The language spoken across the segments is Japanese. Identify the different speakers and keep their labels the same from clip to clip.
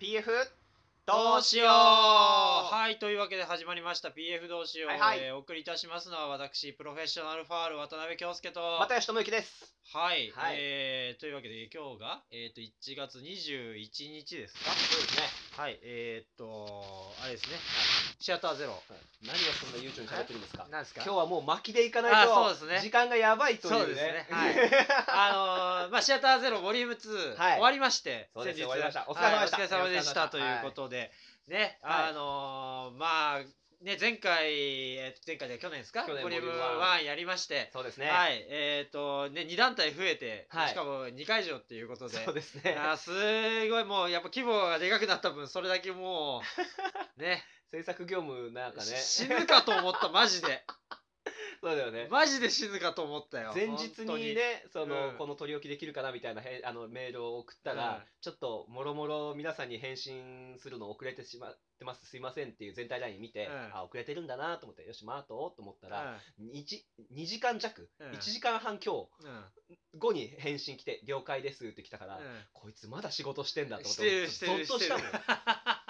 Speaker 1: PF
Speaker 2: どうしようはいというわけで始まりました PF どうしよう、
Speaker 1: はいはい
Speaker 2: えーお送りいたしますのは私プロフェッショナルファール渡辺京介と
Speaker 1: 又吉智之です
Speaker 2: はい、
Speaker 1: はい
Speaker 2: えーというわけで今日が、えー、と1月21日ですか
Speaker 1: そうですね
Speaker 2: はいえー、っとあれですね、シアターゼロ
Speaker 1: 何をそんな悠長に喋ってるんですか
Speaker 2: なんですか
Speaker 1: 今日はもう巻きでいかないと
Speaker 2: あそうですね
Speaker 1: 時間がやばいというね
Speaker 2: そうですねはいあのーまあ、シアターゼロボリューム 2、
Speaker 1: はい
Speaker 2: 終わりまして、
Speaker 1: そうです
Speaker 2: 先日
Speaker 1: 終わりましたお疲れ様でした
Speaker 2: はいお疲れ様でした
Speaker 1: はい
Speaker 2: ということで、ね、
Speaker 1: はい
Speaker 2: あのーまあ、ね、前回、え前回で去年ですか、
Speaker 1: 去年
Speaker 2: ボリューム
Speaker 1: ボリューム
Speaker 2: 1やりまして、
Speaker 1: そうですね
Speaker 2: はい、えっ、と、ね、2団体増えて、
Speaker 1: はい
Speaker 2: しかも2会場っていうことで、
Speaker 1: そうですね
Speaker 2: あーすごいもう、やっぱ規模がでかくなった分、それだけも う、ね、
Speaker 1: 制作業務なんかね
Speaker 2: 死ぬかと思った、マジで。
Speaker 1: そうだよね
Speaker 2: マジで死ぬかと思ったよ。
Speaker 1: 前日
Speaker 2: 本当
Speaker 1: にねその、
Speaker 2: うん
Speaker 1: この取り置きできるかなみたいなへあのメールを送ったら、
Speaker 2: うん
Speaker 1: ちょっともろもろ皆さんに返信するの遅れてしまってますすいませんっていう全体ライン見て、
Speaker 2: うん
Speaker 1: あ遅れてるんだなと思ってよし待とうと思った
Speaker 2: う
Speaker 1: ら、
Speaker 2: ん
Speaker 1: 二 2, 時間弱、
Speaker 2: うん
Speaker 1: 1時間半今
Speaker 2: うん
Speaker 1: 日後に返信来て了解ですって来たから、
Speaker 2: うん
Speaker 1: こいつまだ仕事してんだと思っ
Speaker 2: しててるして
Speaker 1: ゾッ
Speaker 2: る
Speaker 1: とし
Speaker 2: し
Speaker 1: てた
Speaker 2: る
Speaker 1: のよ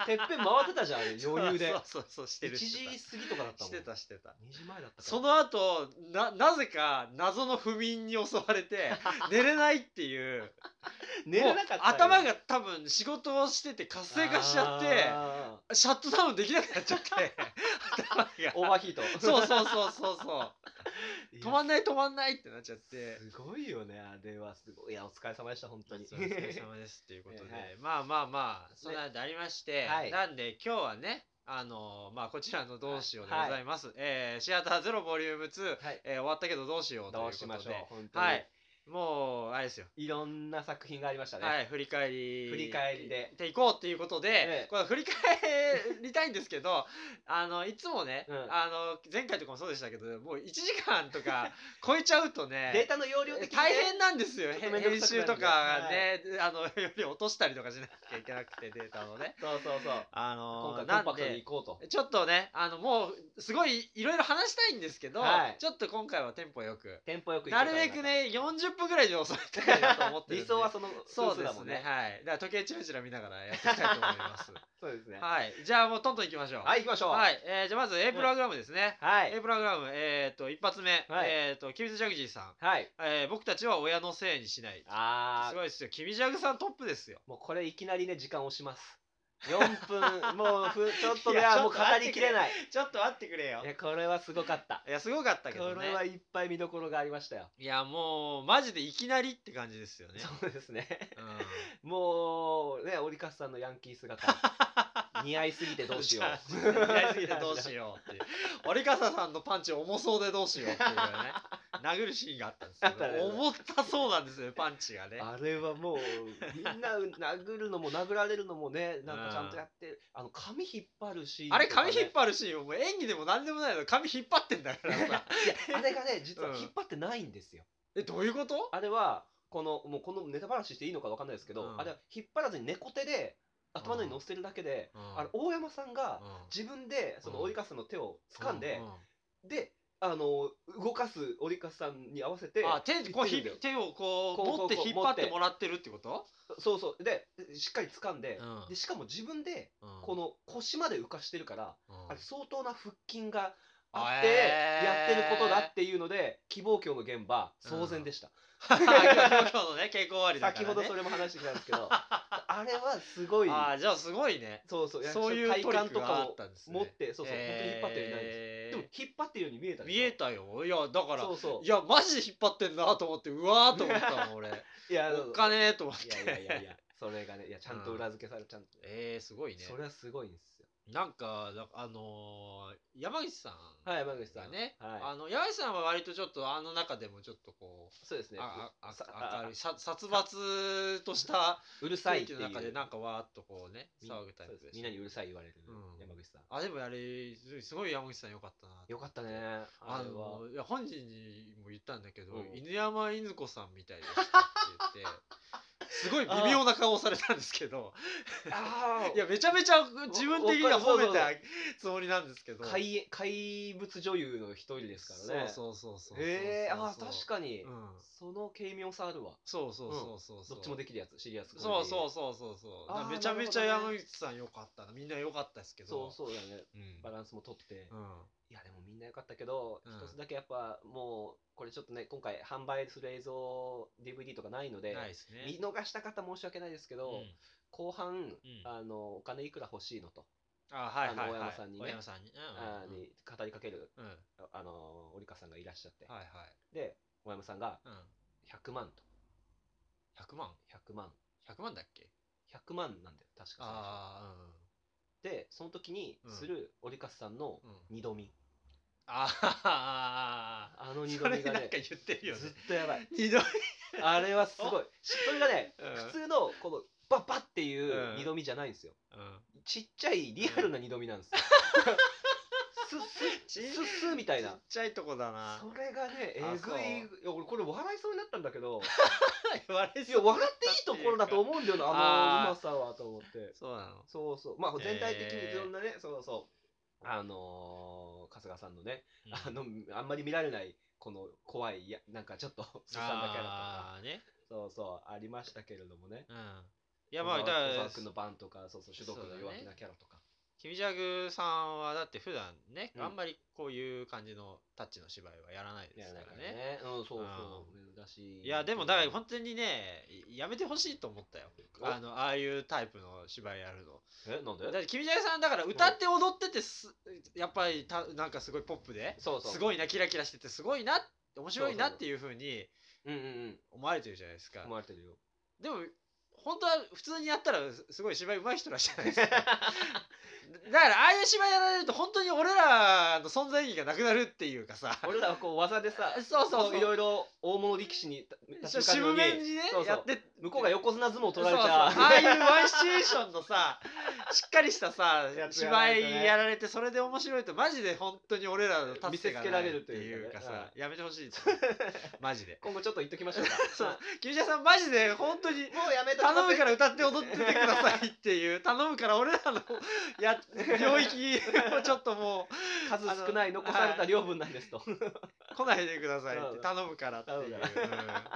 Speaker 1: てっぺん回ってたじゃんあれ余裕で
Speaker 2: そうそうそうしてる
Speaker 1: 1時
Speaker 2: して
Speaker 1: 過ぎとかだった
Speaker 2: た
Speaker 1: も
Speaker 2: し
Speaker 1: ん
Speaker 2: てたしてた
Speaker 1: 2時前だったから
Speaker 2: その後ななぜか謎の不眠に襲わ れて寝れないっていう
Speaker 1: 寝れなかったよ
Speaker 2: もう頭が多分仕事をしてて活性化しちゃっ
Speaker 1: あ
Speaker 2: てシャットダウンできなくなっちゃって 頭が
Speaker 1: ーオーバーヒート
Speaker 2: そうそうそうそうそう
Speaker 1: う
Speaker 2: 止まんない止まんないってなっちゃって
Speaker 1: すごいよね、あれはすごい。いや、お疲れ様でした、本当に。
Speaker 2: お疲れ様ですっていうこと で、
Speaker 1: ねはい
Speaker 2: まあまあまあそんなでありまして、
Speaker 1: はい
Speaker 2: なんで今日はねあのまあこちらの「どうしよう」で
Speaker 1: はい
Speaker 2: ございます、えーシアターゼロボリューム 2、
Speaker 1: はい
Speaker 2: えー終わったけどどうしようと
Speaker 1: ど
Speaker 2: いうこ
Speaker 1: うしまし
Speaker 2: と
Speaker 1: ょう
Speaker 2: で、
Speaker 1: 本当に。
Speaker 2: はい
Speaker 1: い、
Speaker 2: もうあれですよ、
Speaker 1: ろんな作品がありましたね。
Speaker 2: はい振り返り
Speaker 1: 振り返りで
Speaker 2: ていこうっていうことで、
Speaker 1: ええ
Speaker 2: これ振り返りたいんですけど あのいつもね、
Speaker 1: うん
Speaker 2: あの前回とかもそうでしたけどもう1時間と か超えちゃうとね
Speaker 1: データの容量的にね
Speaker 2: 大変なんですよ
Speaker 1: ちょっとめんどく
Speaker 2: 編
Speaker 1: さくなる
Speaker 2: 集
Speaker 1: んで
Speaker 2: とかね、あのより落としたりとかしなきゃいけなくてデータのね
Speaker 1: そうそうそう。
Speaker 2: あ
Speaker 1: 今
Speaker 2: の
Speaker 1: 回コ
Speaker 2: な
Speaker 1: ンパ
Speaker 2: ん
Speaker 1: クトに
Speaker 2: で
Speaker 1: 行こうと。
Speaker 2: ちょっとねあのもうすごいいろいろ話したいんですけど、
Speaker 1: はい
Speaker 2: ちょっと今回はテンポよく
Speaker 1: テンポよく行
Speaker 2: な
Speaker 1: こう
Speaker 2: る
Speaker 1: と
Speaker 2: べく。ね40分ぐらいで抑えたいなと思ってるん
Speaker 1: 理
Speaker 2: で
Speaker 1: 想はその
Speaker 2: そう
Speaker 1: 数
Speaker 2: で
Speaker 1: だ
Speaker 2: す
Speaker 1: もん
Speaker 2: ねはいだから時計チラチラ見ながらやっていきたいと思います
Speaker 1: そうですね。
Speaker 2: はいじゃあもうトントンいきましょう
Speaker 1: はい、行きましょう。。
Speaker 2: はいいえーじゃあまず A プログラムですね、
Speaker 1: は
Speaker 2: A
Speaker 1: い。
Speaker 2: プログラムえっ、と一発目、
Speaker 1: はい
Speaker 2: えっ、とキミズジャグジーさん
Speaker 1: はい。
Speaker 2: えー僕たちは親のせいにしない。
Speaker 1: あ
Speaker 2: す
Speaker 1: ー、
Speaker 2: ごいですよ。キミジャグさんトップですよ。
Speaker 1: もうこれいきなりね、時間押し ます。4分、もうふ、ちょっと
Speaker 2: い
Speaker 1: ね、
Speaker 2: や
Speaker 1: あ
Speaker 2: ち
Speaker 1: ー
Speaker 2: ょ
Speaker 1: も
Speaker 2: っ
Speaker 1: う
Speaker 2: と
Speaker 1: 語りきれない。
Speaker 2: ちょっと待ってくれよ
Speaker 1: いや、これはすごかった。
Speaker 2: いや、すごかったけど
Speaker 1: これ
Speaker 2: ね。
Speaker 1: はいっぱい見どころがありましたよ。
Speaker 2: いや、もう、マジでいきなりって感じですよね。
Speaker 1: そうですね。
Speaker 2: うん
Speaker 1: もうね、オリカスさんのヤンキー 姿。似合いすぎてどうしよ う。
Speaker 2: やりすぎてどうしよ うっていう。折笠さんのパンチ重そうでどうしようっ ていうね。殴るシーンがあったんですけ
Speaker 1: あったね
Speaker 2: ど、思ったそうなんですよね、パンチがね。
Speaker 1: あれはもう、みんな殴るのも殴られるのも ね、なんかちゃんとやってる。あの、髪引っ張るシーン
Speaker 2: あれ、
Speaker 1: とかね、
Speaker 2: 髪引っ張るシーン、もう演技でも何でもないの。髪引っ張ってんだから さ。
Speaker 1: いや、あれがね、実
Speaker 2: う
Speaker 1: は
Speaker 2: ん
Speaker 1: 引っ張ってないんですよ。
Speaker 2: え、どういうこと
Speaker 1: あれは、この、もうこのネタ話していいのかわかんないですけど、
Speaker 2: うん
Speaker 1: あれは引っ張らずに猫手で、頭の上に乗せてるだけで、
Speaker 2: うん
Speaker 1: あれ、大山さんが、
Speaker 2: うん
Speaker 1: 自分で、その、
Speaker 2: うん
Speaker 1: オリカスさんの手を掴んで
Speaker 2: う、う
Speaker 1: で、あの、動かすオリカスさんに合わせて、
Speaker 2: あ手こうひ
Speaker 1: 言ってるんだよ
Speaker 2: 手をこう
Speaker 1: こうこう
Speaker 2: 持って
Speaker 1: こう
Speaker 2: 引っ張っ
Speaker 1: 持ってて
Speaker 2: もらってるってこと
Speaker 1: そうそう。で、しっかり掴んで、
Speaker 2: うん
Speaker 1: で、しかも自分で、こ
Speaker 2: こ
Speaker 1: の腰まで浮かしてるから、
Speaker 2: の
Speaker 1: あ れ相当な腹筋があ
Speaker 2: あ
Speaker 1: って、
Speaker 2: えー
Speaker 1: やってることだっていうので、希望教の現場、騒然でした。
Speaker 2: 今日のね傾向終わりだから、
Speaker 1: 先
Speaker 2: ね、
Speaker 1: ほどそれも話してきたんですけ ど、あれはすごい、
Speaker 2: あーじゃあすごいね
Speaker 1: そうそう、
Speaker 2: そういう
Speaker 1: 体
Speaker 2: トリ
Speaker 1: 感
Speaker 2: ック
Speaker 1: と
Speaker 2: があ
Speaker 1: か
Speaker 2: ったんです
Speaker 1: を
Speaker 2: ね
Speaker 1: 持って、そうそう、本当に引っ張ってるようになるんです。
Speaker 2: え
Speaker 1: でも
Speaker 2: ー
Speaker 1: 引っ張ってるように見えたでし
Speaker 2: 見
Speaker 1: ょ
Speaker 2: えたよいやだから
Speaker 1: そうそう
Speaker 2: い。やマジで引っ張ってんなと思ってうわーと思ったの俺
Speaker 1: いや
Speaker 2: おっかねーと思って
Speaker 1: いやいやいやいや、それがね、いや、ちゃんと裏付けされちゃんと。
Speaker 2: えー、すごいね
Speaker 1: それはすごいんですよ。
Speaker 2: なんかだあのー山口さん
Speaker 1: はい、山口さん。
Speaker 2: ね、
Speaker 1: はい
Speaker 2: あの山口さんは割とちょっとあの中でもちょっとこう
Speaker 1: そうですね。
Speaker 2: ああ
Speaker 1: さ
Speaker 2: あ明るいさ殺伐とした
Speaker 1: うるさい
Speaker 2: 雰囲
Speaker 1: ってい
Speaker 2: 気
Speaker 1: う
Speaker 2: の中でなんかわーっとこうね
Speaker 1: みん
Speaker 2: 騒ぐタイ
Speaker 1: そう
Speaker 2: プ
Speaker 1: で
Speaker 2: です
Speaker 1: み
Speaker 2: す
Speaker 1: んなにうるさい言われる、
Speaker 2: うん
Speaker 1: 山口さん
Speaker 2: あでもあれすすごい山口さんよかったな
Speaker 1: よかったねあ
Speaker 2: あ
Speaker 1: れは
Speaker 2: のいや本人にも言ったんだけど、
Speaker 1: うん
Speaker 2: 犬山犬子さんみたいでしたって言って すごい微妙な顔をされたんですけど
Speaker 1: あ
Speaker 2: いやめちゃめちゃ自分的には褒めたつもりなんですけど
Speaker 1: あ怪怪物女優の一人ですからね
Speaker 2: そうそうそうそう
Speaker 1: ええああ確
Speaker 2: か
Speaker 1: かに、
Speaker 2: うん
Speaker 1: その軽妙さあるわ
Speaker 2: そうそうそうそうそう
Speaker 1: どっちもできるやつシリアス
Speaker 2: そうそううそうそうそう
Speaker 1: あー
Speaker 2: めちゃめちゃ
Speaker 1: なるほど
Speaker 2: 山
Speaker 1: ね
Speaker 2: 口さん良かったなみんな良かったですけど
Speaker 1: そうそうだね
Speaker 2: うん
Speaker 1: バランスも取って、
Speaker 2: うん
Speaker 1: いやでもみんな良かったけど、
Speaker 2: うん
Speaker 1: 一つだけやっぱもうこれちょっとね今回販売する映像 DVD とかないので
Speaker 2: ないですね
Speaker 1: 見逃した方申し訳ないですけ
Speaker 2: う
Speaker 1: ど、
Speaker 2: ん
Speaker 1: 後半
Speaker 2: うん
Speaker 1: あのお金いくら欲しいのと、
Speaker 2: あはいはいはい
Speaker 1: あの大山さんにね
Speaker 2: 大山さんにうん
Speaker 1: あ
Speaker 2: うん
Speaker 1: に語りかける
Speaker 2: うん
Speaker 1: あの織香さんがいらっしゃって、
Speaker 2: はいはい
Speaker 1: で大山さんが
Speaker 2: うん
Speaker 1: 100万と
Speaker 2: 100万
Speaker 1: 100万
Speaker 2: 100万だっけ
Speaker 1: 100万なんだよ確か
Speaker 2: あ
Speaker 1: 最初でその時に
Speaker 2: うん
Speaker 1: する織香さんの
Speaker 2: あうんうん
Speaker 1: 二度見
Speaker 2: ああ
Speaker 1: あ の二
Speaker 2: そ
Speaker 1: 度
Speaker 2: れ
Speaker 1: 見
Speaker 2: な
Speaker 1: が
Speaker 2: んか
Speaker 1: ね
Speaker 2: 言ってるよね
Speaker 1: ずっとやばい
Speaker 2: 二度
Speaker 1: あれはすごいそれがね
Speaker 2: うん
Speaker 1: 普通のこのバッバッっていう
Speaker 2: うん
Speaker 1: 二度見じゃないんですよ
Speaker 2: うん
Speaker 1: ちっちゃいリアルな二度見なん ですよスッスッスッスッみたい
Speaker 2: ち
Speaker 1: な
Speaker 2: っちゃいとこだな
Speaker 1: それがねえ
Speaker 2: あ
Speaker 1: ぐいいや俺これ笑いそうになったんだけど
Speaker 2: 笑い
Speaker 1: い
Speaker 2: そ
Speaker 1: や
Speaker 2: う
Speaker 1: 笑っていいところだと思うんだよなあのうまさはと思って
Speaker 2: そうなの
Speaker 1: そうそうまあ全体的
Speaker 2: へ
Speaker 1: に
Speaker 2: ー
Speaker 1: いろんなね、そうそうあのー春日さんのね、
Speaker 2: うん
Speaker 1: あのあんまり見られないこの怖いいやなんかちょっと すさんだキャラとか
Speaker 2: ああね
Speaker 1: そうそうありましたけれどもね
Speaker 2: うんいやまあだ
Speaker 1: 小
Speaker 2: か
Speaker 1: 沢小
Speaker 2: ら
Speaker 1: 沢君の番とかそうそう主導君の弱気なキャラとか
Speaker 2: 君ジャグさんはだって普段ね、
Speaker 1: うん
Speaker 2: あんまりこういう感じのタッチの芝居はやらないで
Speaker 1: や
Speaker 2: す
Speaker 1: ら
Speaker 2: か
Speaker 1: ないからら
Speaker 2: ね
Speaker 1: ねうんそうそう
Speaker 2: う
Speaker 1: 珍しい
Speaker 2: いやでもだから本当にねやめてほしいと思ったよ
Speaker 1: お
Speaker 2: あのああいうタイプの芝居やるの
Speaker 1: えなん
Speaker 2: だっ
Speaker 1: で
Speaker 2: て君ジャグさんだから歌って踊っててす、やっぱりたなんかすごいポップで
Speaker 1: そうそう
Speaker 2: すごいなキラキラしててすごいな面白いなっていうふうに
Speaker 1: うんうんうん
Speaker 2: 思われてるじゃないですか
Speaker 1: 思われてるよ
Speaker 2: でも本当は普通にやったらすすごい芝居上手い人らしいじゃな いですかだからああいう芝居やられると本当に俺らの存在意義がなくなるっていうかさ
Speaker 1: 俺らはこう技でさ
Speaker 2: そうそうそう
Speaker 1: いろいろ大物力士に立ち向かう
Speaker 2: 渋
Speaker 1: の
Speaker 2: め
Speaker 1: に
Speaker 2: にね
Speaker 1: そうそう
Speaker 2: やって
Speaker 1: 向こうが横綱相撲取られち
Speaker 2: そう
Speaker 1: ゃ
Speaker 2: そうああいうワンシチュエーション のさしっかりしたさ
Speaker 1: やつやら
Speaker 2: 芝
Speaker 1: ないとね
Speaker 2: 居やられてそれで面白いとマジで本当に俺らの立
Speaker 1: 見せつけられるというかね
Speaker 2: ってさやめてほしいです マジで
Speaker 1: 今後ちょっと言っときましょうか
Speaker 2: そう
Speaker 1: ま
Speaker 2: 牛舎さんマジで本当に
Speaker 1: あもうやめとき ます
Speaker 2: 頼むから歌って踊っててくださいっ ていう頼むから俺らのや領域をちょっとも
Speaker 1: 数少ない残された量分なんですと
Speaker 2: う来ないでくださいって
Speaker 1: うん
Speaker 2: 頼むからっていう、
Speaker 1: 頼む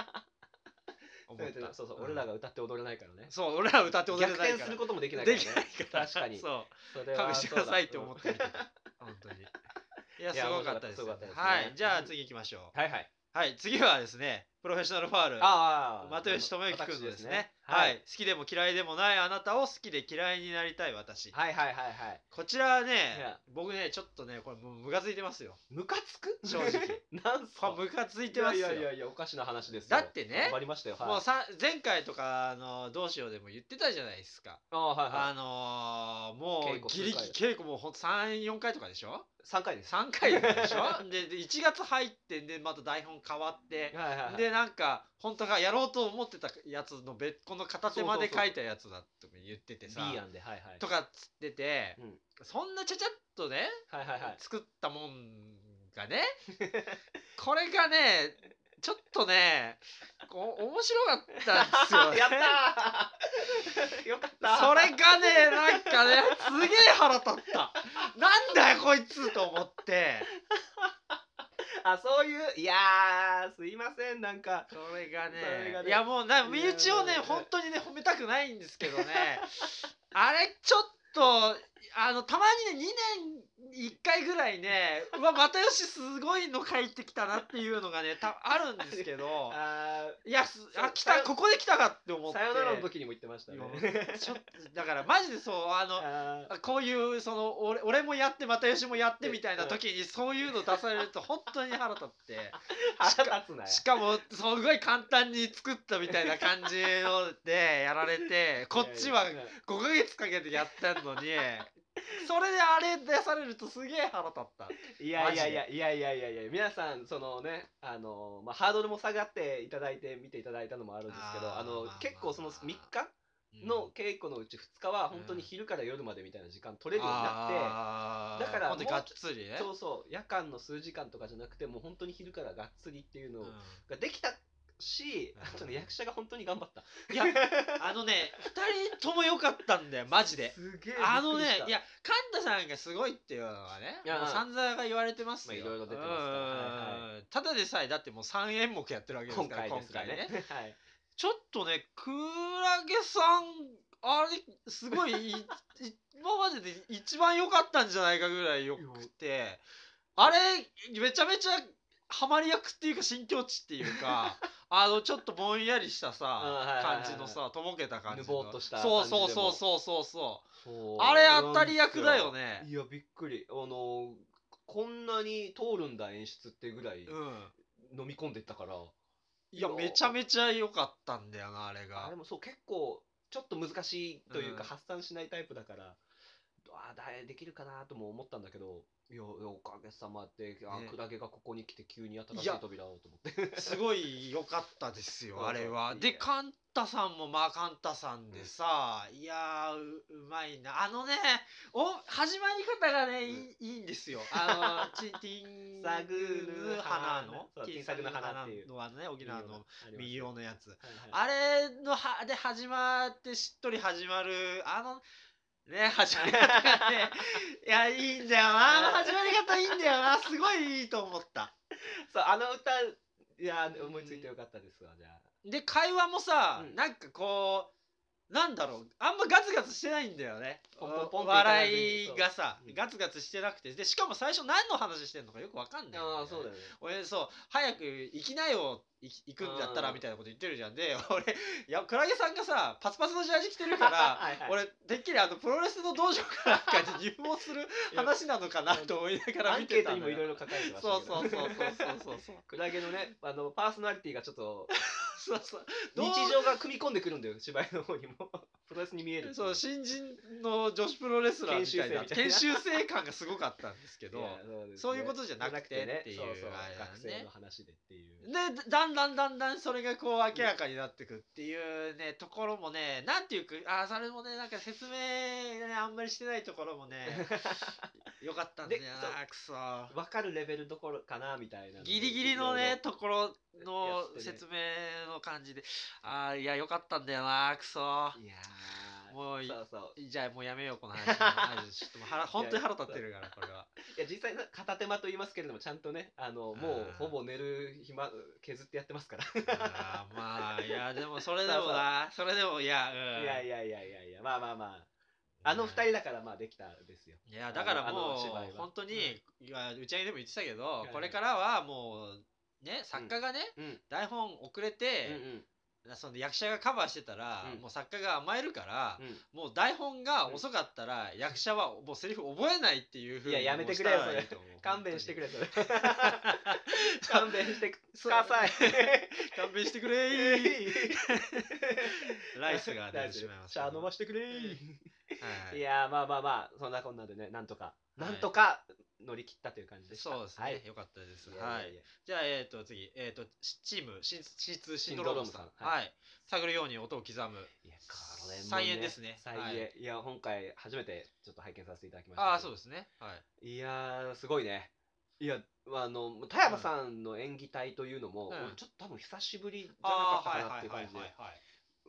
Speaker 2: うん思っ た
Speaker 1: そうそう俺ら
Speaker 2: が
Speaker 1: が歌って踊れないからね
Speaker 2: そう俺ら歌って踊れない
Speaker 1: 逆
Speaker 2: から
Speaker 1: 転することもできないから
Speaker 2: で
Speaker 1: ね
Speaker 2: きないから
Speaker 1: 確かに
Speaker 2: そう
Speaker 1: それは
Speaker 2: 勘弁してくださいって思
Speaker 1: そう
Speaker 2: っ
Speaker 1: だ
Speaker 2: て見てた本当にいや
Speaker 1: い
Speaker 2: す
Speaker 1: や
Speaker 2: ごかったですよ
Speaker 1: 面白かったですね
Speaker 2: はいじゃあ次行きましょ
Speaker 1: うんはいはいう
Speaker 2: はい次はですねプロフェッショナルファール
Speaker 1: ああ
Speaker 2: 又吉智之君のですね
Speaker 1: は
Speaker 2: はいい好きでも嫌いでもないあなたを好きで嫌いになりたい私
Speaker 1: はいはいはいはい
Speaker 2: こちらね
Speaker 1: いや
Speaker 2: 僕ねちょっとねこれもうムカついてますよ
Speaker 1: ムカつく
Speaker 2: 正直
Speaker 1: なんすか
Speaker 2: これムカついてます
Speaker 1: い
Speaker 2: よ
Speaker 1: やいやいやおかしな話ですよ
Speaker 2: だってね
Speaker 1: わかりましたよはい
Speaker 2: もうさ前回とかあの「どうしよう」でも言ってたじゃないですか、
Speaker 1: ああはいはい
Speaker 2: あのー
Speaker 1: 稽
Speaker 2: もう
Speaker 1: 古
Speaker 2: ギリギ
Speaker 1: 数
Speaker 2: リ稽古もうほんと34回とかでしょ
Speaker 1: 三回です
Speaker 2: 3回でしょ でで1月入ってでまた台本変わって
Speaker 1: はいはいはい
Speaker 2: でなんか本当がやろうと思ってたやつの別個の片手まで書いたやつだとか言っててさ
Speaker 1: B 案ではいはい
Speaker 2: とかっつってて、
Speaker 1: うん
Speaker 2: そんなちゃちゃっとね、
Speaker 1: はい はいはい、
Speaker 2: 作ったもんが ねこれがねちょっとねこう面白かったん ですよ、ね
Speaker 1: ったー よかっ
Speaker 2: それがねなんかねすげえ腹立ったなんだよこいつと思って
Speaker 1: あそういういやーすいませんなんか
Speaker 2: それがね
Speaker 1: それがね
Speaker 2: いやもうない
Speaker 1: や
Speaker 2: 身内をね
Speaker 1: いや
Speaker 2: 本当にね褒めたくないんですけどね あれちょっとあのたまにね2年に1回ぐらいねうわ又吉すごいの書いてきたなっていうのがねたあるんです けど
Speaker 1: あ
Speaker 2: いやすあ来
Speaker 1: さ
Speaker 2: た
Speaker 1: よ
Speaker 2: ここで来たかって思
Speaker 1: ー
Speaker 2: って
Speaker 1: さよならの時にも言ってましたね
Speaker 2: 今ちょっとだからマジでそう あの
Speaker 1: あー
Speaker 2: こういうその俺俺もやって又吉もやってみたいな時にそういうの出されると本当に腹立って。
Speaker 1: 腹立つなよ
Speaker 2: しかもすごい簡単に作ったみたいな感じのでやられ てこっちはい
Speaker 1: やいや
Speaker 2: 5ヶ月かけてやったのにそれであれ出されるとすげえ腹立った
Speaker 1: いやいやいやいやいやいやいや皆さんそのねあのまあハードルも下がっていただいて見ていただいたのもあるんですけど
Speaker 2: あー
Speaker 1: あの
Speaker 2: まあ
Speaker 1: 結構その
Speaker 2: まあ
Speaker 1: 3日の稽古のうち2日は本当に昼から夜までみたいな時間取れるようになってだ
Speaker 2: だか
Speaker 1: からら
Speaker 2: ほんとがっつりね
Speaker 1: そうそう夜間の数時間とかじゃなくてもう本当に昼からがっつりっていうの
Speaker 2: うん
Speaker 1: ができたし、あとね、役者が本当に頑張った。
Speaker 2: いやあのね2人とも良かったんだよマジで。
Speaker 1: すげえ。
Speaker 2: あのね
Speaker 1: びっくりした
Speaker 2: い、や神田さんがすごいっていうのはね
Speaker 1: いや
Speaker 2: もう散々が言われてますよ、
Speaker 1: まあいろいろ出てますから
Speaker 2: うん
Speaker 1: は
Speaker 2: ただでさえだってもう3演目やってるわけです
Speaker 1: 今
Speaker 2: から
Speaker 1: 回ですからね。はい。
Speaker 2: ちょっとねクラゲさんあれすごいいい今までで一番良かったんじゃないかぐらい良くてあれめちゃめちゃハマり役っていうか新境地ってい うかあのちょっとぼんやりしたさ感じのさとぼけた感じ
Speaker 1: ぬ
Speaker 2: の
Speaker 1: ぼーっとした
Speaker 2: そう
Speaker 1: 感
Speaker 2: そう
Speaker 1: じでも
Speaker 2: そうそうそうそう
Speaker 1: そう
Speaker 2: あれ当たり役だよ
Speaker 1: ね。
Speaker 2: ね。
Speaker 1: いや、びっくり。あの、こんなに通るんだ演出ってぐらい
Speaker 2: うん。
Speaker 1: 飲み込んでったから。
Speaker 2: いや、
Speaker 1: いや
Speaker 2: めちゃめちゃ良かったんだよな、あれ
Speaker 1: あ
Speaker 2: が
Speaker 1: れ。もそう、結構、ちょっと難しいという
Speaker 2: うん
Speaker 1: か、発散しないタイプだから、ああ、だできるかなとも思ったんだけど、いや、おかげさまで、あー
Speaker 2: ね
Speaker 1: クラゲがここに来て急に新
Speaker 2: い
Speaker 1: し
Speaker 2: や
Speaker 1: い扉をと思って。
Speaker 2: すごい良かったです
Speaker 1: そう
Speaker 2: よ、
Speaker 1: そう
Speaker 2: あれは。
Speaker 1: いい
Speaker 2: で、
Speaker 1: ね
Speaker 2: カンタさんも、まあ、カンタさんでさ、いやーう、うまいな。あのね、お、始まり方がね、いいいいんですよ。あの、チティン
Speaker 1: サグ
Speaker 2: ヌ
Speaker 1: ヌ
Speaker 2: 花
Speaker 1: 花
Speaker 2: の
Speaker 1: そう、
Speaker 2: ティン
Speaker 1: ティンサグヌ花っていう
Speaker 2: のはね、沖 縄の右用のやつ。
Speaker 1: あ
Speaker 2: あれのはで始まってしっとり始まるあのね始まり方がねいやいいんだよなあの始まり方いいんだよなすごいいいと思った
Speaker 1: そう、あの歌、いや、思いついてよかったですわ、じゃあ。
Speaker 2: で会話もさ、
Speaker 1: うん
Speaker 2: なんかこうなんだろうあんまガツガツしてないんだよね
Speaker 1: ポンポンポンって
Speaker 2: 笑いがさ
Speaker 1: そううん
Speaker 2: ガツガツしてなくてでしかも最初何の話してんのかよくわかんないんよね
Speaker 1: ああ、そうだよね。
Speaker 2: 俺そう早く行きなよ行行くんだったら
Speaker 1: うん
Speaker 2: みたいなこと言ってるじゃんで 俺いやクラゲさんがさパツパツのジャージ着てるから
Speaker 1: はいはい
Speaker 2: 俺てっきりあのプロレスの道場かなんかに入門する話なのかなと思いなが
Speaker 1: ア
Speaker 2: ら
Speaker 1: ン
Speaker 2: 見
Speaker 1: ケ
Speaker 2: て
Speaker 1: ート
Speaker 2: た
Speaker 1: に
Speaker 2: の
Speaker 1: もいろ
Speaker 2: よ
Speaker 1: いろ書かれてましたけど
Speaker 2: そうそうそうそうそうそう
Speaker 1: クラゲのねあのパーソナリティがちょっと
Speaker 2: そうそ
Speaker 1: 日
Speaker 2: うどう
Speaker 1: 常が組み込んでくるんだよ芝居の方にも プロレスに見える
Speaker 2: そう新人の女子プロレスラーみたいな研
Speaker 1: 研修
Speaker 2: 修生感がすごかったんですけ
Speaker 1: け
Speaker 2: ど
Speaker 1: そうですね
Speaker 2: そういうことじゃなくて
Speaker 1: ね
Speaker 2: っていう
Speaker 1: そうそう
Speaker 2: あれだね
Speaker 1: 学生の話でっていう
Speaker 2: でだんだんだんだんそれがこう明らかになってくっていうねところもねなんていうかあーそれもねなんか説明ねあんまりしてないところもねよかったんだよ
Speaker 1: でそう
Speaker 2: なくそー
Speaker 1: 分かるレベルどころかなみたいな
Speaker 2: ギリギリのねところの
Speaker 1: やつってね
Speaker 2: 説明の感じで、ああいやよかったんだよなクソ
Speaker 1: いやー
Speaker 2: もうい
Speaker 1: そうそう
Speaker 2: じゃあもうやめようこの話マジでちょっともう腹本当に腹立ってるからこれはい
Speaker 1: や実際な片手間と言いますけれどもちゃんとねあのもう
Speaker 2: あー
Speaker 1: ほぼ寝る暇削ってやってますから
Speaker 2: あーまあいやでもそれでもなそれでもいやうん
Speaker 1: いやいやいやいやいやまあまあまああの二人だからまあできたですよ
Speaker 2: いやだからも
Speaker 1: あの芝居
Speaker 2: う
Speaker 1: は
Speaker 2: 本当に、いや打ち上げでも言ってたけど、
Speaker 1: いはい
Speaker 2: これからはもうね作家がね、
Speaker 1: うんうん
Speaker 2: 台本遅れて、その役者がカバーしてたら、
Speaker 1: うん
Speaker 2: もう作家が甘えるから、
Speaker 1: うん
Speaker 2: もう台本が遅かったら役者はもうセリフ覚えないっていうふうに
Speaker 1: いややめてくれよそれ勘弁してく
Speaker 2: れ
Speaker 1: れそれ 勘弁してください
Speaker 2: 勘弁してくれ ライス が出てしまいました
Speaker 1: 茶飲ましてくれ
Speaker 2: はい
Speaker 1: いやーまあまあまあそんなこんなでねなんとか
Speaker 2: はい
Speaker 1: なんとか乗り切ったという感じでした
Speaker 2: そうですね、
Speaker 1: はい
Speaker 2: よかったです
Speaker 1: い
Speaker 2: は
Speaker 1: やいや
Speaker 2: い
Speaker 1: いや
Speaker 2: じゃあえっ、と次えっ、とチーム C2 シンドローム
Speaker 1: シン
Speaker 2: さん
Speaker 1: ドロームさん
Speaker 2: は
Speaker 1: はい
Speaker 2: い、探るように音を刻む
Speaker 1: いやこれもね
Speaker 2: 再演ですね
Speaker 1: 再
Speaker 2: はい
Speaker 1: 演いや今回初めてちょっと拝見させていただきました
Speaker 2: ああそう
Speaker 1: う
Speaker 2: ですねはい
Speaker 1: いやーすごいねいやあの田山さんの演技体というのも、
Speaker 2: うん
Speaker 1: 俺ちょっと多分久しぶりじゃ
Speaker 2: あ
Speaker 1: なか
Speaker 2: あ
Speaker 1: っ
Speaker 2: はい
Speaker 1: た
Speaker 2: は
Speaker 1: かなって
Speaker 2: い
Speaker 1: いう
Speaker 2: はい
Speaker 1: 感
Speaker 2: はい
Speaker 1: じで
Speaker 2: はい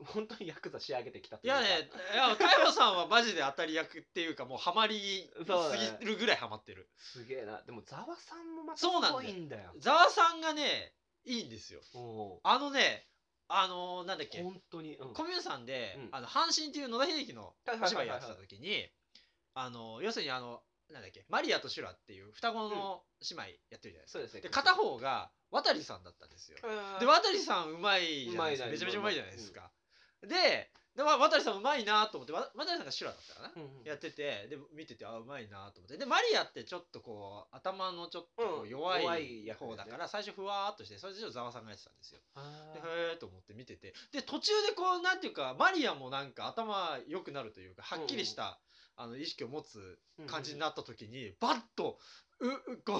Speaker 1: 本当にヤクザ仕上げてきたと
Speaker 2: い
Speaker 1: いう
Speaker 2: や
Speaker 1: か
Speaker 2: ね、いや、太山さんはマジで当たり役っていうか、もうハマり
Speaker 1: そうだね
Speaker 2: すぎるぐらいハマってる。
Speaker 1: すげえなでもざわさんもまたす
Speaker 2: そうなんだよ
Speaker 1: ごいんだよ
Speaker 2: ざわさんがね、いいんですよ。
Speaker 1: おう
Speaker 2: あのね、あのーなんだっけ、
Speaker 1: 本当に、うん
Speaker 2: コミューンさんで、
Speaker 1: うん
Speaker 2: あの阪神っていう野田秀樹の
Speaker 1: はい
Speaker 2: お
Speaker 1: はい
Speaker 2: 芝
Speaker 1: は
Speaker 2: 居
Speaker 1: い
Speaker 2: や
Speaker 1: は
Speaker 2: っ
Speaker 1: い
Speaker 2: てた時に、あの要するにあの、なんだっけ、マリアとシュラっていう双子の姉妹やってるじゃないですか。
Speaker 1: そうですね
Speaker 2: で、片方が渡さんだったんですよ。
Speaker 1: で
Speaker 2: で、渡さんうまいじゃな
Speaker 1: うま
Speaker 2: いです
Speaker 1: い
Speaker 2: か。
Speaker 1: な
Speaker 2: めちゃめちゃうまいじゃないですか。で、でわ渡さんうまいなと思って、わ渡さんがシュラだったかな。やっててで見ててあうまいなと思ってでマリアってちょっとこう頭のちょっとこ
Speaker 1: う
Speaker 2: うん弱
Speaker 1: 弱
Speaker 2: い
Speaker 1: い役
Speaker 2: 方だ
Speaker 1: です
Speaker 2: か
Speaker 1: ね
Speaker 2: ら、最初ふわーっとしてそれでちょっとざわさんがやってたんですよで
Speaker 1: は
Speaker 2: へえと思って見ててで途中でこうなんていうかマリアもなんか頭良くなるというかはっきりした、あの意識を持つ感じになった時に、バッとううこの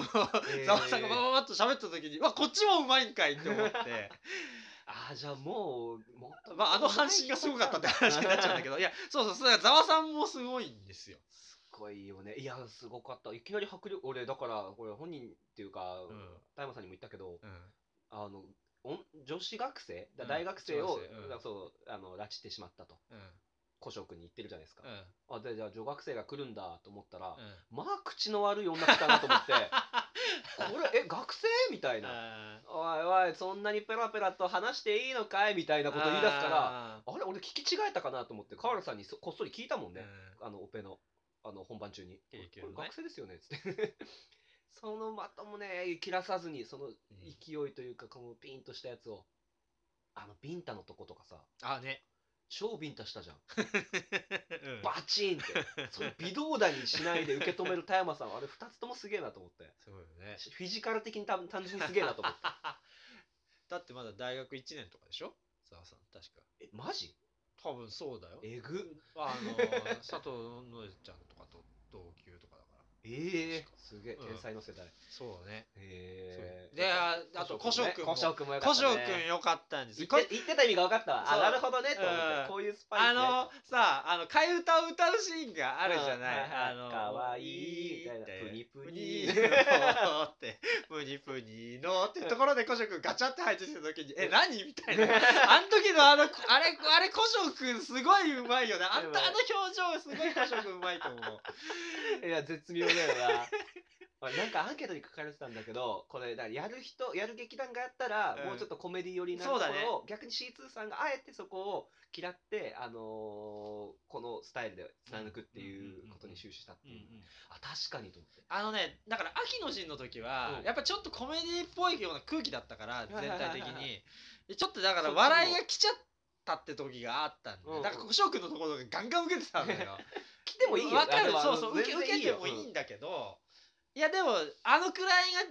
Speaker 1: えー
Speaker 2: ざわさんがバババッと喋った時に、わこっちもうまいんかいって思って
Speaker 1: ああじゃあもうもっと
Speaker 2: まああの阪神がすごかったって話になっちゃうんだけ
Speaker 1: ど
Speaker 2: どいやそうそうそうだからざわさんもすごいんですよ。
Speaker 1: すごいよねいやすごかったいきなり迫力俺だからこれ本人っていうか
Speaker 2: うん
Speaker 1: 大麻、さんにも言ったけど
Speaker 2: うん
Speaker 1: あのおん女子学生だ
Speaker 2: うん
Speaker 1: 大学生を
Speaker 2: 女子学生うん
Speaker 1: だそうあの拉致ってしまったと
Speaker 2: うん
Speaker 1: 古職に行ってるじゃないですか
Speaker 2: うん
Speaker 1: あでじゃあ女学生が来るんだと思ったら
Speaker 2: うん
Speaker 1: まあ口の悪い女来たなと思って これえ学生みたいな
Speaker 2: あー
Speaker 1: おいおいそんなにペラペラと話していいのかいみたいなこと言い出すからあ
Speaker 2: あ
Speaker 1: れ俺聞き違えたかなと思って河原さんにそこっそり聞いたもん
Speaker 2: ー
Speaker 1: ね、あのオペのあの本番中に「こ
Speaker 2: い
Speaker 1: れ
Speaker 2: いけどね
Speaker 1: 学生ですよね」っつって そのまともね切らさずにその
Speaker 2: うん
Speaker 1: 勢いというかこのピンとしたやつをあのビンタのとことかさ
Speaker 2: あね
Speaker 1: 超ビンタしたじゃん
Speaker 2: うん
Speaker 1: バチーンってそれ微動だにしないで受け止める田山さんあれ2つともすげえなと思って
Speaker 2: そうよね
Speaker 1: フィジカル的に単単純にすげえなと思って
Speaker 2: だってまだ大学1年とかでしょ澤さん確か
Speaker 1: えマジ
Speaker 2: 多分そうだよ
Speaker 1: えぐ
Speaker 2: あの佐藤のえちゃんとかと同級とかだから
Speaker 1: ええすげえ
Speaker 2: うん
Speaker 1: 天才の世代、
Speaker 2: そうね
Speaker 1: へえ
Speaker 2: でああと古生君も
Speaker 1: 古生君もよかっ
Speaker 2: 古
Speaker 1: た、ね、
Speaker 2: 生君よかったんで
Speaker 1: 言
Speaker 2: す
Speaker 1: っ
Speaker 2: よ
Speaker 1: て言ってた意味が分かったわ
Speaker 2: そ
Speaker 1: あ
Speaker 2: う
Speaker 1: なるほどねと思って、こう
Speaker 2: うん
Speaker 1: いうスパイス、ね、
Speaker 2: あのさあの替え歌を歌うシーンがあるじゃない、
Speaker 1: うん
Speaker 2: あの
Speaker 1: かわいいみたいな
Speaker 2: って
Speaker 1: プニプニ
Speaker 2: のって プニプニのってところで古生君ガチャって入ってきた時に「え何?」みたいな あの時のあのあれあれ古生君すごいうまいよねあんたあの表情すごい古生君うまいと思う
Speaker 1: いや絶妙だよなあなんかアンケートに書かれてたんだけどこれだやる人やる劇団がやったら、
Speaker 2: うん
Speaker 1: もうちょっとコメディ寄りなとこ
Speaker 2: そうだね
Speaker 1: ろを、逆に C2 さんがあえてそこを嫌って、あのーこのスタイルで貫くっていうことに終始したっていう、あ確かにと思って
Speaker 2: あのねだから秋の陣の時は、
Speaker 1: うん
Speaker 2: やっぱちょっとコメディっぽいような空気だったから
Speaker 1: いはい
Speaker 2: 全
Speaker 1: はいはい
Speaker 2: 体的にちょっとだか
Speaker 1: そ
Speaker 2: ら
Speaker 1: っちも
Speaker 2: 笑いが来ちゃったって時があったんで、
Speaker 1: うんうん
Speaker 2: だから小翔君のところがガンガン受け てたんだよ
Speaker 1: 来てもいいよ
Speaker 2: わか
Speaker 1: あれ
Speaker 2: る
Speaker 1: は
Speaker 2: そうそう
Speaker 1: あの
Speaker 2: 受け受
Speaker 1: 全然
Speaker 2: け
Speaker 1: いい
Speaker 2: て
Speaker 1: よ
Speaker 2: もいいんだけど、いやでもあのくらいがい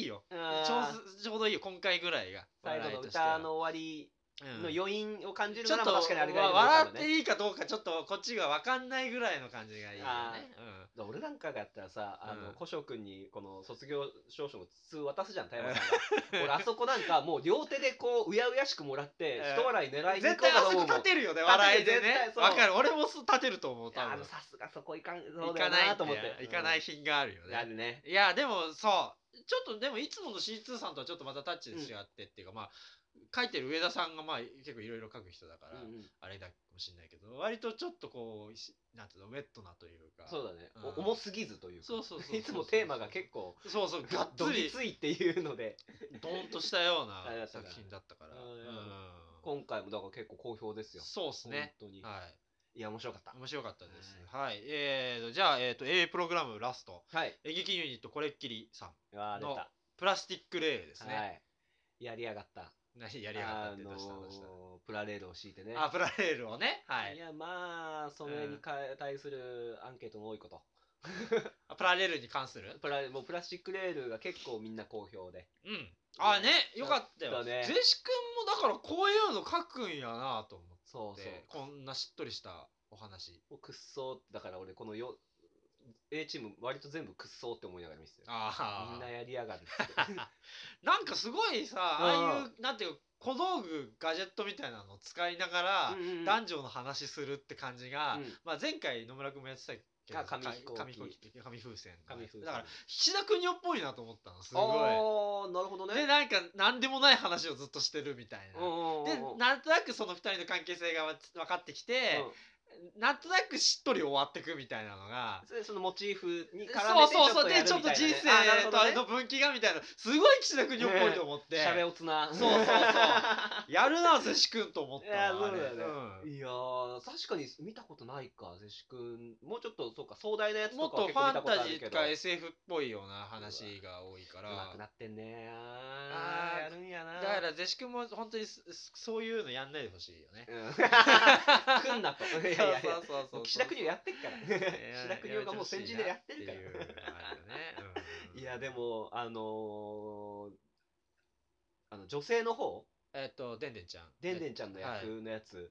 Speaker 2: いよ
Speaker 1: うん
Speaker 2: ちょうちょうどいいよ今回ぐらいが
Speaker 1: 最後
Speaker 2: 笑
Speaker 1: の
Speaker 2: いとしては
Speaker 1: 歌の終わり
Speaker 2: うん
Speaker 1: の余韻を感じる
Speaker 2: ちょ
Speaker 1: な
Speaker 2: っ
Speaker 1: ら
Speaker 2: と
Speaker 1: 確かにあれぐらいがいい
Speaker 2: 笑
Speaker 1: かも
Speaker 2: っ
Speaker 1: ね
Speaker 2: ていいかどうかちょっとこっちが分かんないぐらいの感じがいいよね
Speaker 1: あ、
Speaker 2: うん
Speaker 1: だから俺なんかがやったらさ、あ
Speaker 2: う
Speaker 1: の
Speaker 2: ん
Speaker 1: 古生君にこの卒業証書の筒渡すじゃん、田山さんが。俺、あそこなんかもう両手でこう、うやうやしくもらって、
Speaker 2: うん
Speaker 1: 一笑い狙いに行
Speaker 2: 絶
Speaker 1: こ
Speaker 2: 対
Speaker 1: うか
Speaker 2: あ
Speaker 1: と
Speaker 2: そ
Speaker 1: 思
Speaker 2: こ
Speaker 1: うもん
Speaker 2: 立。てるよね
Speaker 1: 立てる
Speaker 2: 笑いでね
Speaker 1: 絶対そう
Speaker 2: わかる俺もそう立てると思う
Speaker 1: い
Speaker 2: 多
Speaker 1: やあ
Speaker 2: 分
Speaker 1: のさすがそこいかん、そ
Speaker 2: 行
Speaker 1: うだ
Speaker 2: か
Speaker 1: よ
Speaker 2: ない
Speaker 1: な
Speaker 2: って
Speaker 1: と思って。
Speaker 2: 行かない品があるよ
Speaker 1: うんだ
Speaker 2: ね、
Speaker 1: ね。ね。
Speaker 2: いやでもそうちょっとでもいつもの C2 さんとはちょっとまたタッチで違ってっていうか、まあ書いてる上田さんがまあ結構いろいろ書く人だから、
Speaker 1: うんうん
Speaker 2: あれだかもしれないけど割とちょっとこうしなんていうのウェットなというか
Speaker 1: そうだね
Speaker 2: うん。
Speaker 1: お重すぎずというか。
Speaker 2: そうそうそうそう
Speaker 1: いつもテーマが結構、
Speaker 2: そうそうがっ
Speaker 1: ど
Speaker 2: つ
Speaker 1: ぎ
Speaker 2: り
Speaker 1: ついっていうので、
Speaker 2: ドンとしたような
Speaker 1: あれだったか
Speaker 2: 作
Speaker 1: ら
Speaker 2: 品だったから、
Speaker 1: うん
Speaker 2: うん、
Speaker 1: 今回もだから結構好評ですよ。
Speaker 2: そうですね
Speaker 1: 本当に。
Speaker 2: はい
Speaker 1: いや、面白かった。
Speaker 2: 面白かったです。はい。えーと、じゃあ、えーと、A プログラムラスト。
Speaker 1: はい。
Speaker 2: 演劇ユニットこれっきりさん。
Speaker 1: あ出
Speaker 2: の
Speaker 1: た。
Speaker 2: プラスティックレールですね。
Speaker 1: はい。やりやがった。
Speaker 2: 何やりやがったってどうしたどうした
Speaker 1: あのープラレールを敷いてね。
Speaker 2: あ、プラレールをね。はいい。
Speaker 1: やまあそれにか対するアンケートも多いこと、
Speaker 2: あプラレールに関する
Speaker 1: プラもうプラスチックレールが結構みんな好評で
Speaker 2: うん。あ、ね。
Speaker 1: うん
Speaker 2: よかっ
Speaker 1: だ
Speaker 2: たよ。
Speaker 1: った
Speaker 2: ゼ
Speaker 1: ね
Speaker 2: シ君もだからこういうの書くんやなと思
Speaker 1: そ
Speaker 2: っ
Speaker 1: うそう
Speaker 2: て。こんなしっとりしたお話。
Speaker 1: もうくっそーだから俺このよ A チーム割と全部くっそーって思いながら見せてるみ
Speaker 2: あ
Speaker 1: んな
Speaker 2: あ。
Speaker 1: やりやがるっつって
Speaker 2: なんかすごいさ、ああいう、なんていうか小道具、ガジェットみたいなのを使いながら、
Speaker 1: うんうんうん
Speaker 2: 男女の話するって感じが、
Speaker 1: うん
Speaker 2: まあ、前回野村君もやってたけど
Speaker 1: あ紙飛行機
Speaker 2: か紙機紙風船の
Speaker 1: 紙風船
Speaker 2: だから菱田邦夫っぽいなと思ったのすご
Speaker 1: ああなるほど
Speaker 2: いで
Speaker 1: ね
Speaker 2: なんか何でもない話をずっとしてるみたい
Speaker 1: うんう
Speaker 2: な、
Speaker 1: んうん
Speaker 2: でなんとなくその2人の関係性がわ分かってきて、なんとなくしっとり終わってくみたいなのが
Speaker 1: うん、それでそのモチーフに絡めて
Speaker 2: そうそうそうでち
Speaker 1: ち
Speaker 2: ょ
Speaker 1: ょ
Speaker 2: っ
Speaker 1: っ
Speaker 2: と
Speaker 1: と
Speaker 2: 人生とあれの分岐がみたいなすごい岸田邦夫っぽいと思って、
Speaker 1: しゃべおつな
Speaker 2: そうそうそ やるなぜし君と思ったわ
Speaker 1: いやそうだよね
Speaker 2: あれうん
Speaker 1: いやー確かに見たことないか、ゼシ君。もうちょっと、そうか、壮大なやつ
Speaker 2: も
Speaker 1: と
Speaker 2: っ
Speaker 1: かは
Speaker 2: と
Speaker 1: 結
Speaker 2: フ
Speaker 1: 構見たこ
Speaker 2: ァン
Speaker 1: と
Speaker 2: タ
Speaker 1: あ
Speaker 2: ジ
Speaker 1: る
Speaker 2: ー
Speaker 1: け
Speaker 2: と
Speaker 1: ど。
Speaker 2: か SF っぽいような話が多いか
Speaker 1: 上手くな
Speaker 2: ら
Speaker 1: ってんねあ
Speaker 2: あー
Speaker 1: ーやるんやな
Speaker 2: だからゼシ君も本当にすすそういうのやんないでほしいよね。
Speaker 1: うん 来んなと。いやいやいや
Speaker 2: そうそうそうそう
Speaker 1: 岸田国をやってっから。
Speaker 2: いや
Speaker 1: 岸田国夫がもう先陣でやってるか
Speaker 2: やめ
Speaker 1: ら。
Speaker 2: てほしいなっていうのがあるよねうん
Speaker 1: いや、でも、あのーあの女性の方、
Speaker 2: えっとでんでんちゃん
Speaker 1: でんでんちゃんの
Speaker 2: はい
Speaker 1: 役のやつ、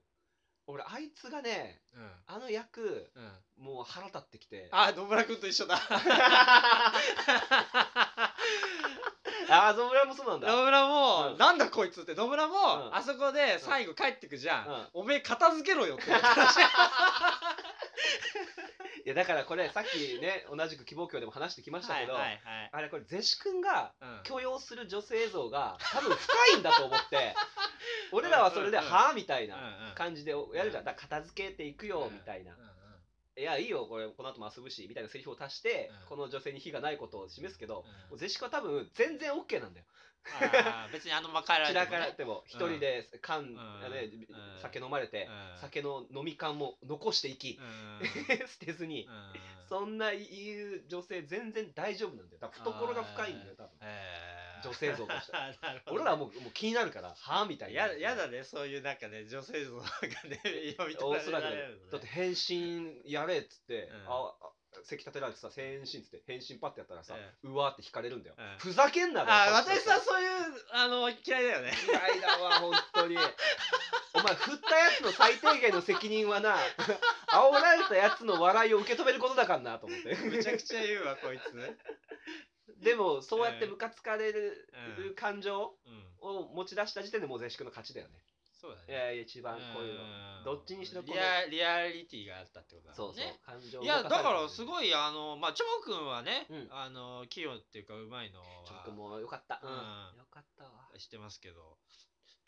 Speaker 1: 俺、あいつがね、
Speaker 2: うん
Speaker 1: あの役、
Speaker 2: うん
Speaker 1: もう腹立ってきて。
Speaker 2: あ野村君と一緒 だ
Speaker 1: ああ、それもそうなんだ。
Speaker 2: 野村も、
Speaker 1: うん
Speaker 2: なんだこいつって野村も、
Speaker 1: ん
Speaker 2: あそこで最後帰ってくじゃん、
Speaker 1: うん
Speaker 2: おめえ片付けろよって言ったらしい
Speaker 1: いやだからこれさっきね同じく希望教でも話してきましたけど、
Speaker 2: はいはいはい
Speaker 1: あれこれゼシ君が
Speaker 2: うん
Speaker 1: 許容する女性像が多分深いんだと思って 俺らはそれで「
Speaker 2: うんうんうん
Speaker 1: はあ?」みたい
Speaker 2: うん
Speaker 1: な
Speaker 2: うん
Speaker 1: 感じでやるじゃんだから片付けていくよみたいな
Speaker 2: うんう
Speaker 1: 「いやいいよこれこの後も遊ぶし」みたいなセリフを足して
Speaker 2: うん
Speaker 1: この女性に非がないことを示すけど
Speaker 2: んうん
Speaker 1: もうゼシ君は多分全然 OK なんだよ
Speaker 2: あー別にあのまから
Speaker 1: 散
Speaker 2: れても
Speaker 1: ら
Speaker 2: ね
Speaker 1: かられても一人で缶
Speaker 2: ん
Speaker 1: ね
Speaker 2: うん
Speaker 1: 酒飲まれて
Speaker 2: うん
Speaker 1: 酒の飲み缶も残していき
Speaker 2: うん
Speaker 1: 捨てずに
Speaker 2: うん
Speaker 1: そんな言う女性全然大丈夫なんだよだから懐が深いんだよ多分
Speaker 2: えー
Speaker 1: 女性像として
Speaker 2: なるほど
Speaker 1: 俺らはもうもう気になるから「はあ?」みたいな
Speaker 2: ややだねそういうなんかね女性像なんかね 読み
Speaker 1: お
Speaker 2: 取
Speaker 1: そ
Speaker 2: ら
Speaker 1: らくだ
Speaker 2: れられ
Speaker 1: よ
Speaker 2: るのね
Speaker 1: だって返信やれっつって、
Speaker 2: うん
Speaker 1: ああせき立てられてさ返信っつって返信パッてやったらさ、うわーって引かれるんだよ、
Speaker 2: うん
Speaker 1: ふざけんな
Speaker 2: あ
Speaker 1: こっち
Speaker 2: 私さんそういうあの嫌いだよ ね
Speaker 1: 嫌いだわ本当に お前振ったやつの最低限の責任はな 煽られたやつの笑いを受け止めることだからなと思って
Speaker 2: むちゃくちゃ言うわこいつ、
Speaker 1: でもそうやってムカつかれる
Speaker 2: うん
Speaker 1: 感情
Speaker 2: うん、
Speaker 1: を持ち出した時点でもう絶粛の勝ちだよね
Speaker 2: そう
Speaker 1: い
Speaker 2: だね
Speaker 1: やいや一番こういうの
Speaker 2: ん
Speaker 1: どっちにしろこの
Speaker 2: リアリアリティがあったってことだ
Speaker 1: そ
Speaker 2: も
Speaker 1: うんそう、
Speaker 2: ね
Speaker 1: 感情
Speaker 2: いやだからす
Speaker 1: い
Speaker 2: ごいあのまあチョモ君はね、
Speaker 1: うん
Speaker 2: あの器用っていうかうまいのは
Speaker 1: ちょっともうよかったうん、
Speaker 2: うん
Speaker 1: よかったわ
Speaker 2: 知ってますけど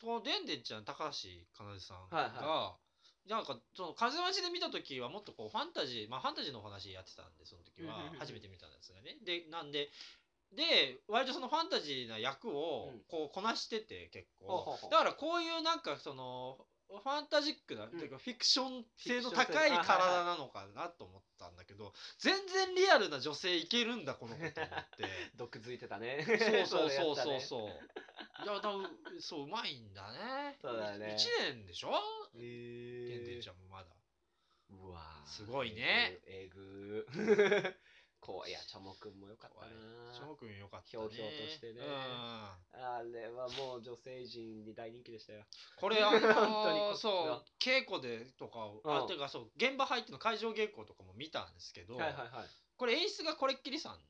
Speaker 2: とでんでんちゃん高橋かなでさんが、
Speaker 1: はい
Speaker 2: なんかその風待ちで見た時はもっとこうファンタジーまあファンタジーのお話やってたんでその
Speaker 1: う
Speaker 2: 時
Speaker 1: んうん
Speaker 2: は
Speaker 1: うんうん
Speaker 2: 初めて見たんですがねでなんでで割とそのファンタジーな役を
Speaker 1: うん
Speaker 2: こうこなしてて結
Speaker 1: ほうほう
Speaker 2: 構、
Speaker 1: ほう
Speaker 2: だからこういうなんかそのファンタジックな、
Speaker 1: ん
Speaker 2: というかフィクション性の高い体なのかなと思ったんだけど全然リアルな女性いけるんだこの子と 思って。
Speaker 1: 毒づいてたね。
Speaker 2: そうそうそう
Speaker 1: やったね
Speaker 2: そうそう。いやだうそううまいんだね。
Speaker 1: そうだね
Speaker 2: い一年でしょ？
Speaker 1: へー
Speaker 2: てんてんちゃんもまだ。
Speaker 1: うわー
Speaker 2: すごいね。
Speaker 1: えぐえぐ。こういや、 チョモくんもよかったな
Speaker 2: 怖い。しょうくんよかったね。
Speaker 1: ひょうひょうとしてね
Speaker 2: うん。
Speaker 1: あれはもう女性陣に大人気でしたよ。
Speaker 2: これあの
Speaker 1: 本当にこ
Speaker 2: ー
Speaker 1: っち
Speaker 2: そう
Speaker 1: は
Speaker 2: 稽古でとかを、あ
Speaker 1: うん
Speaker 2: ていうかそう現場入っての会場稽古とかも見たんですけど、
Speaker 1: はいはいはい。
Speaker 2: これ演出がこれっきりさん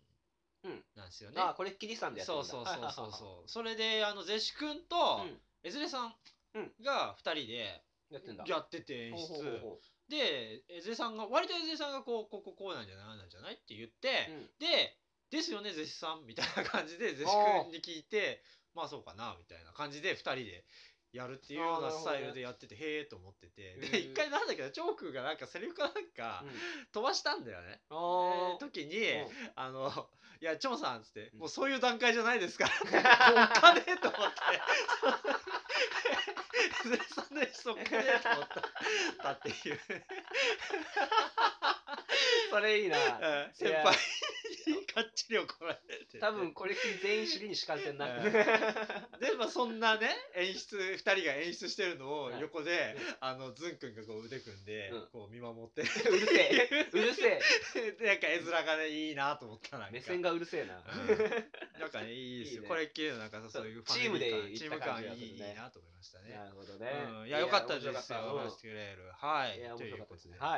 Speaker 1: うん
Speaker 2: なんですよね。
Speaker 1: あ、これっきりさんでやってる
Speaker 2: そ
Speaker 1: ん
Speaker 2: う
Speaker 1: だ
Speaker 2: そうそうそうそう。それであのゼシ君と
Speaker 1: はいはいはい
Speaker 2: 江連さん
Speaker 1: うん
Speaker 2: が二人で
Speaker 1: うんやってんだ。
Speaker 2: やってて演
Speaker 1: ほう
Speaker 2: 出。
Speaker 1: ほうほうほ
Speaker 2: で、えずえさんが、割とえずえさんがこう、こうこうこうなんじゃないああなんじゃないって言って
Speaker 1: う、うん
Speaker 2: で、ですよね、ゼシさんみたいな感じで、ゼシ君に聞いて、まあそうかな、みたいな感じで、二人でやるっていうよう
Speaker 1: あーな
Speaker 2: な
Speaker 1: るほ
Speaker 2: ス
Speaker 1: どね
Speaker 2: タイルでやってて、へえと思ってて、
Speaker 1: へ
Speaker 2: で、
Speaker 1: ー
Speaker 2: 一回なんだけど、チョークがなんかセリフかなんか
Speaker 1: うん
Speaker 2: 飛ばしたんだよね。え
Speaker 1: あ
Speaker 2: ー
Speaker 1: ー
Speaker 2: 時に、
Speaker 1: うん
Speaker 2: あの、いや、チョンさんっつって、
Speaker 1: うん
Speaker 2: もうそういう段階じゃないです からって、お っかねえと思って。それそんなにそっかねえと思った だっていう、
Speaker 1: それいいな。
Speaker 2: うん先輩にかっちり怒られてて
Speaker 1: 多分これっきり全員尻に敷かれてんな。
Speaker 2: う
Speaker 1: うんん
Speaker 2: で、まあ、そんなね演出2人が演出してるのを
Speaker 1: うん
Speaker 2: 横で、あのズン君がこう腕組んで、
Speaker 1: うん
Speaker 2: こう見 守って
Speaker 1: うるせえ。うるせえ。
Speaker 2: でなんか絵面がねいいなと思ったなんか
Speaker 1: 目線がうるせえな。
Speaker 2: うんなんかねいいですよ
Speaker 1: いいね
Speaker 2: これっきりのなんかさそういうファミリー感
Speaker 1: チ
Speaker 2: チ
Speaker 1: ー
Speaker 2: ー
Speaker 1: ムで行っ
Speaker 2: ム
Speaker 1: た感
Speaker 2: 感
Speaker 1: じがす
Speaker 2: い
Speaker 1: る
Speaker 2: い,、
Speaker 1: ね
Speaker 2: なと思いましたね
Speaker 1: なるほどね
Speaker 2: うん、いや良かったで
Speaker 1: 面白かっ
Speaker 2: すよ
Speaker 1: たうん
Speaker 2: 話してくれるはい
Speaker 1: いや、
Speaker 2: と
Speaker 1: 面
Speaker 2: い
Speaker 1: 白か
Speaker 2: う
Speaker 1: った
Speaker 2: こ
Speaker 1: です
Speaker 2: と
Speaker 1: ね
Speaker 2: で。
Speaker 1: はい。